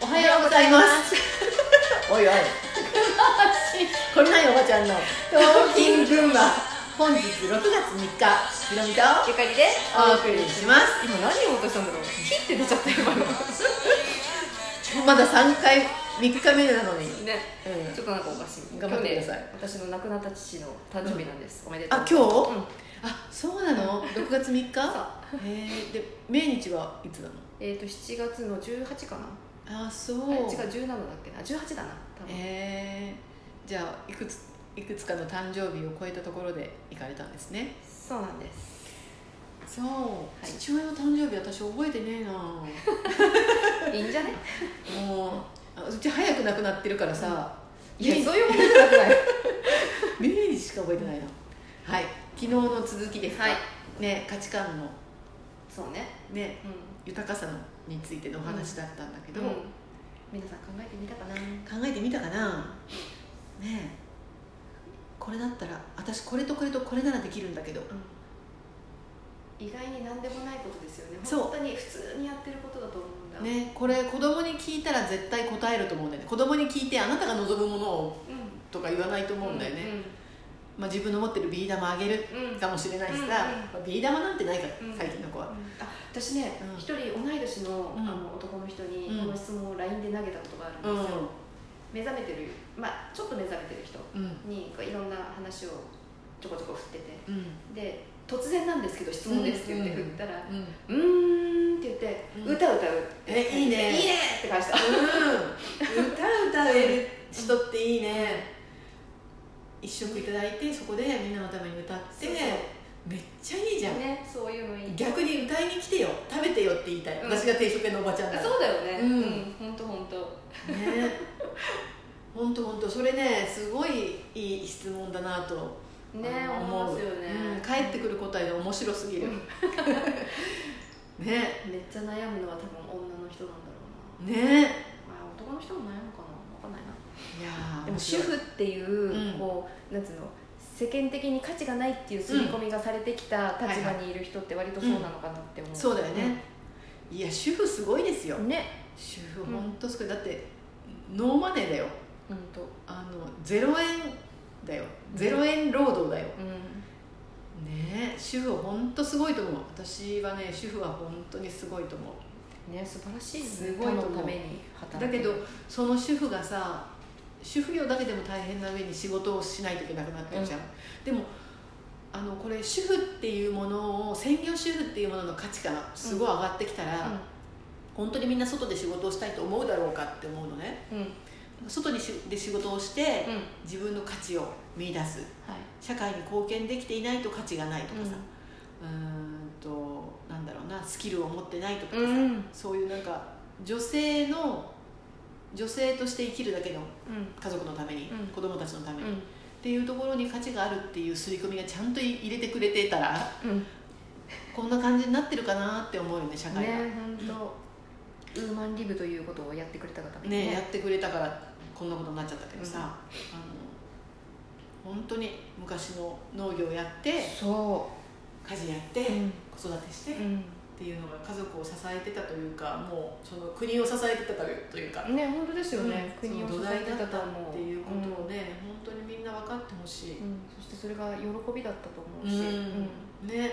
おはようございますす。 お いおいこれないおばちゃんの「トーキングンは本日6月3日ひろみとゆかりです。お送りします今何を落としたんだろう。切って出ちゃった 今の。まだ3回3日目なのに、うん、ね、ちょっとなんかおかしい。頑張ってください去年私の亡くなった父の誕生日なんです。おめでとう。あ今日うんあそうなの6月3日へえで命日はいつなのえっ、と7月の18かな。あそうあれ違う17だっけな。18だな。多分。えー、じゃあいくついくつかの誕生日を超えたところで行かれたんですねそうなんです。そう、い父親の誕生日私覚えてねえないいんじゃね？もうあうち早く亡くなってるからさ、い命やそういう問題じゃなくない。命日しか覚えてないなはい昨日の続きですか、はいね価値観のそうね。ねうん。豊かさについてのお話だったんだけでど、も、皆さん考えてみたかな。考えてみたかなねえこれだったら私これとこれとこれならできるんだけど意外に何でもないことですよねそう本当に普通にやってることだと思うんだ、ね、これ子供に聞いたら絶対答えると思うんだよね子供に聞いてあなたが望むものをうん、とか言わないと思うんだよね、まあ、自分の持ってるビー玉あげるうん、うんうんかもしれないしさ、うんうんまあビー玉なんてないからうん最近の子は、あ私ねうん一、人同い年の,、うんあの男の人にうんこの質問を LINE で投げたことがあうるんんうんですよ、目覚めてるまあちょっと目覚めてる人うんにこういろんな話をちょこちょこ振っててうんで突然なんですけど質問ですって言ってうん振ったらうん「うーん」って言って「うん歌歌う」えいいねいいねって返した歌歌える人っていいね一食いただいてそこでみんなのために歌ってそうそうめっちゃいいじゃん、ねそういうのいい逆に歌いに来てよ食べてよって言いたい、うん私が定食屋のおばちゃんだからそうだよねううんん本当本当ね本当本当それねすごいいい質問だなとねあの思いますようんね返ってくる答えが面白すぎる ねめっちゃ悩むのは多分女の人なんだろうねいなあ男の人も悩むかな分かんないなやーでも主婦っていう、うんこうなんつうの世間的に価値がないっていう刷り込みがされてきた立場にいる人って割とそうなのかなって思う、そうだよね、いや主婦すごいですようんね主婦本当すごいだってノーマネーだよ本当あの0円だよ0円労働だようんね主婦本当すごいと思う私はね主婦は本当にすごいと思うね素晴らしいですすねごいと他思のうために働だいけてどその主婦がさ主婦業だけでも大変な上に仕事をしないといけなくなってるじゃん、でもあのこれ主婦っていうものを専業主婦っていうものの価値がすごい上がってきたら、本当にみんな外で仕事をしたいと思うだろうかって思うのねうんうんうん外にしで仕事をして自分の価値を見出すはい社会に貢献できていないと価値がないとかさ、ううーんとなんだろうなスキルを持ってないとかさ、んうんそういうなんか女性の女性として生きるだけのうん家族のために、うん子供たちのために、っていうところに価値があるっていう刷り込みがちゃんと入れてくれてたらうんこんな感じになってるかなって思うよね社会がねね本当ウーマンリブということをやってくれた方もやってくれたからこんなことになっちゃったけどさ、うんあの本当に昔の農業やってそ家事やって、う、うん子育てしてっうていうのが家族を支えてたというかもうその国を支えてたというかん、ね本当ですよね、うん国をそ支の土え台てだったたとと思思ううっていうことをね、本当にみんな分かってほしいうん、うんそしてそれが喜びだったと思うし、うんね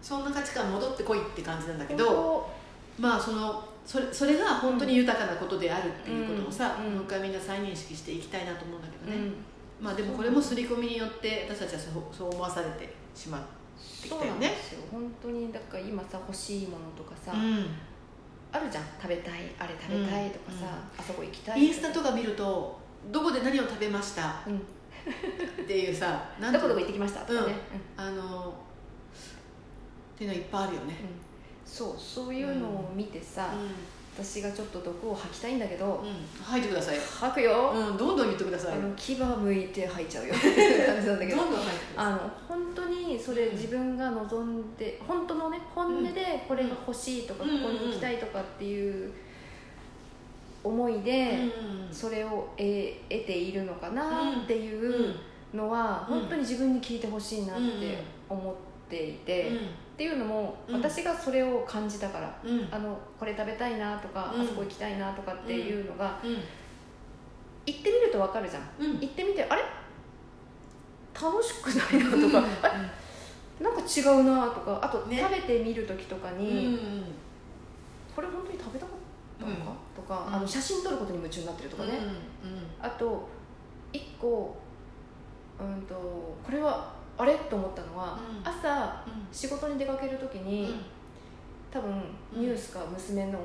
そんな価値観戻ってこいって感じなんだけけどどまあそのそれそれが本当に豊かなことであるっていうことをさ、うんうんもう一回みんな再認識していきたいなと思うんだけどうね、ん、まあでもこれも刷り込みによって私たちはそうそう思わされてしまってきそたうよなんでねすよ本当にだから今さ欲しいものとかさ、うあるじゃん食べたいあれ食べたいとかさ、うんあそこ行きたん、いインスタとかとか見るとどこで何を食べましたうんっていう さなんどこどとこ行ってきましたとかね、うんあうんのっていうのいっぱいあるよね、そうそういうのを見てさ、私がちょっと毒を吐きたいんだけうど、んうん、吐いてくださいよ吐くよ、うん、どんどん言ってくださあい。どんの牙向いて吐い ちゃうよ っていう感じなんだけどどん入ってあの本当にそれ自分が望んで本当のね本音でこれが欲しいとか、うんここに行きたいとかっていう思いで、それを得得ているのかなっていうのは、うん本当に自分に聞いてほしいなって思っていて、うんっっていうのも、うん私がそれを感じたからうんうんあのこれ食べたいなとか、うんあそこ行きたいなとかっていうのが、行ってみるとわかるじゃんうん行ってみてあれ楽しくないなとか、あれなんか違うなとかあと、ね食べてみる時とかうんに、これ本当に食べたかったのか、とか、うんあの写真撮ることに夢中になってるとかね、あと一個うんとこれはあれと思ったのは、うん朝仕事に出かける時うんに、多分ニュースか娘の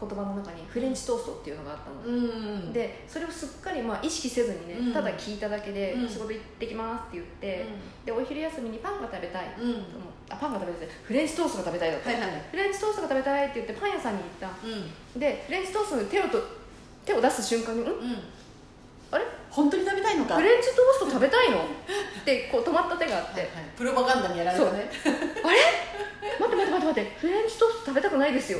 言葉の中にフレンチトーストっていうのがあったの、うんうんうんでそれをすっかりまあ意識せずにね、うんただ聞いただけでうん仕事行ってきますって言って、でお昼休みにパンが食べたい、うんうんと思うあパンが食べたいフレンチトーストが食べたいだった、はいはいフレンチトーストが食べたいって言ってパン屋さんに行ったうんでフレンチトーストに手をと手を出す瞬間に「んうんあれ本当に食べたいのかフレンチトースト食べたいの?」ってこう止まった手があっはいて「はいプロパガンダにやられたね待って待って待って待ってフレンチトースト食べたくないですよ」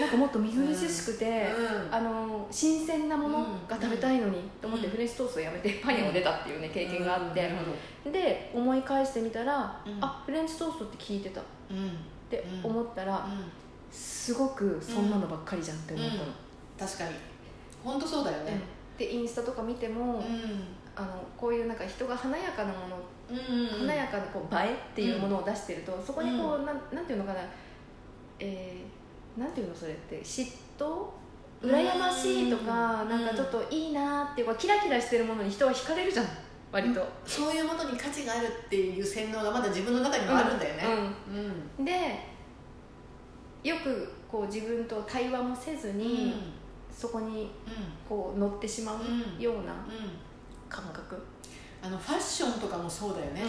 なんかもっとみずみずしくて、うんあの新鮮なものが食べたいのに、と思ってうんフレンチトーストをやめてパン屋を出たっていうね経験があっうてんな、るほどで思い返してみたら、うんあフレンチトーストって聞いてたっうんうんてうん思ったら、すごくそんなのばっかりじゃんって思ったの、うん確かに本当そうだよねでインスタとか見ても、うあのこういうなんか人が華やかなものんうんうん華やかなこう映えっていうものを出してると、そこにこう、なんなんていうのかな、えーなんていうのそれって嫉妬うん羨ましいとか、うんなんかちょっといいなっていうかキラキラしてるものに人は惹かれるじゃん割と、そういうものに価値があるっていう洗脳がまだ自分の中にもあるんだよねうんうんでよくこう自分と対話もせずうんに、そこにこう乗ってしまうんうんうようなうん感覚、あのファッションとかもそうだよね、う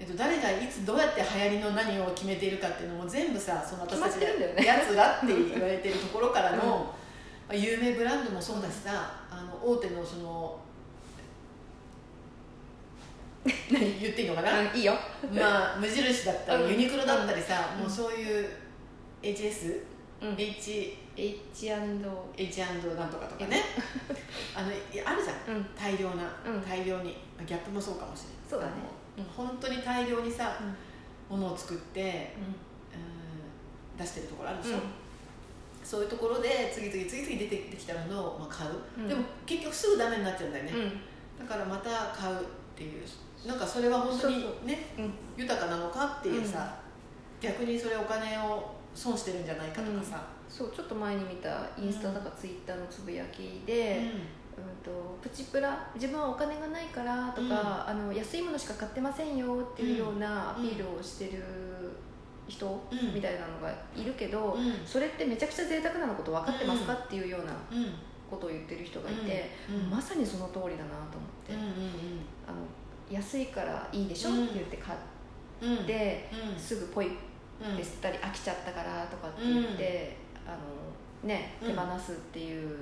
えっと、誰がいつどうやって流行りの何を決めているかっていうのも全部さその私たち決まってるんだよ ねやつがって言われてるところからの、まあ有名ブランドもそうだしさあの大手のそ の何言っていいのかな、んいいよまあ無印だったうんりユニクロだったりさ、うんもうそういう HS、うん H H& うんうん H& なんとかとかね あのいやあるじゃん大量な、うん大量にまあギャップもそうかもしれないそうだねあの本当に大量にさ、ものを作って、ううん、出してるところあるでしょ、んそういうところで次々次々出てきたものをまあ買う、うんでも結局すぐダメになっちゃうんだよね、うんだからまた買うっていうなんかそれは本当にそうそねうん豊かなのかっていうさ、逆にそれお金を損してるんじゃないかとかさ、そうちょっと前に見たインスタとかツイッターのつぶやきで、うんとプチプラ自分はお金がないからとか、うんあの安いものしか買ってませんよっていうようなアうんピールをしてる人うんみたいなのがいるけど、うんうんそれってめちゃくちゃ贅沢なのこと分かってますかうっていうようなうんことを言ってる人がいて、うんうんまさにその通りだなと思って、あの安いからいいでしょって言って買うんうんうんって、うんすぐポイうんで捨てたり飽きちゃったからとかって言って、あのね、うん手放すっていう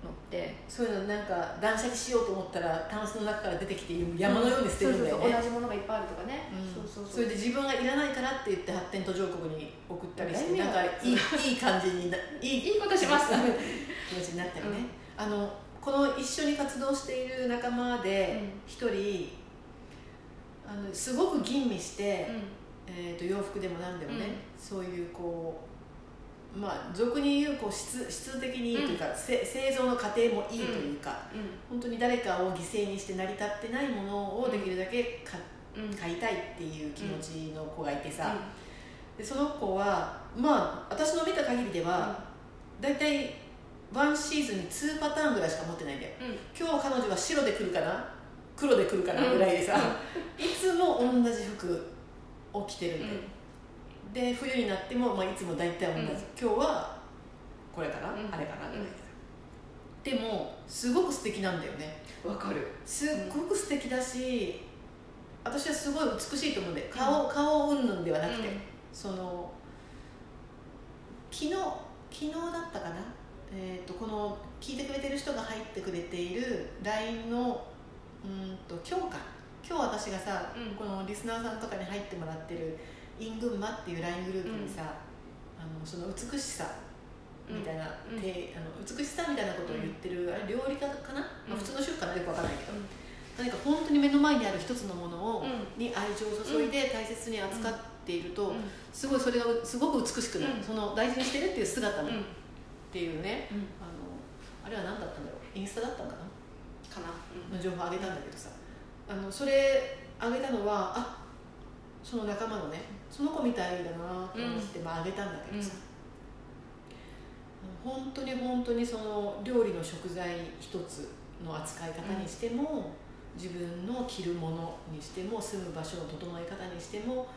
のってそういうのなんか断捨離しようと思ったらタンスの中から出てきて山のように捨てるんだよね、そうそうそう同じものがいっぱいあるとかね、うんそうそうそそうれで自分がいらないからって言って発展途上国に送ったりしうんてなんかいいいい 感じにないいいいことしました気持ちになったりね、あのこの一緒に活動している仲間でうん一人、あのすごく吟味して、うえー、と洋服でも何でもね、うんそういうこうまあ俗に言うこう質質的にいいというか、せ製造の過程もいいというか、ん本当に誰かを犠牲にして成り立ってないものをできるだけ買っうんうん買いたいっていう気持ちの子がいてさ、でその子はまあ私の見た限りでは、だいたいワンシーズンに2パターンぐらいしか持ってないんだようん今日彼女は白で来るかな黒で来るかなぐらいでさ、いつも同じ服を着てるんだよ、で冬になっても、まあ、いつも大体同じ、うん今日はこれかな、うんあれかなぐらいでさでもすごく素敵なんだよねうんわかるすっごく素敵だし、私はすごい美しいと思うんで顔,、顔云々ではなくて、その昨日昨日だったかな、えー、とこの聞いてくれてる人が入ってくれている LINE のうーんと今日か今日私がさ、うんこのリスナーさんとかに入ってもらってる「イングンマ」っていう LINE グループにさ、あのその美しさみたいな、うんてあの美しさみたいなことを言ってる、あれ料理家かな、まうんあ普通の主婦かなよくわからないけど、うん何か本当に目の前にある一つのものを、うんに愛情を注いで大切に扱っっていると、すごいそれがすごく美しくなる、うんその大事にしてるっていう姿も、うんっていうねあのあれは何だったんだろうインスタだったのかなかな、の情報を上げたんだけどさあのそれ上げたのはあその仲間のねその子みたいだなと思って、まあ上げたんだけどさ、本当に本当にその料理の食材一つの扱い方にしても、自分の着るものにしても住む場所の整え方にしても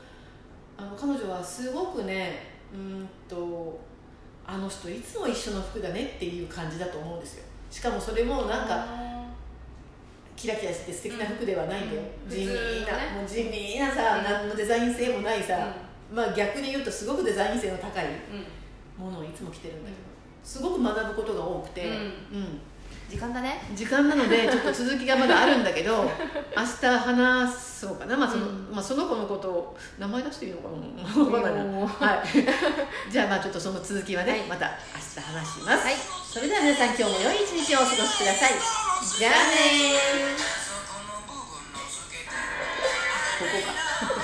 あの彼女はすごくねうーんとあの人いつも一緒の服だねっていう感じだと思うんですよしかもそれもなんかかキラキラして素敵な服ではないんだよ、うん地味普通のねなもう地味なさ、うん何のデザイン性もないさ、まあ逆に言うとすごくデザイン性の高いものをいつも着てるんだけどすごく学ぶことが多くて、うん、時間だね時間なの でちょっと続きがまだあるんだけど明日話そうかな、まあそのうんまあ、その子のことを名前出していいのかなわかんないな はい、じゃあまあちょっとその続きはね、はいまた明日話します、はいそれでは皆さん今日も良い一日をお過ごしくださいじゃあねーここか